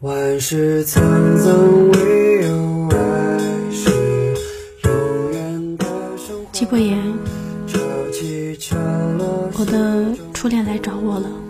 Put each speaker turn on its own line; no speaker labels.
万事层层围绕，爱是永远的生活。
季伯言，
潮起潮落，
我的初恋来找我了。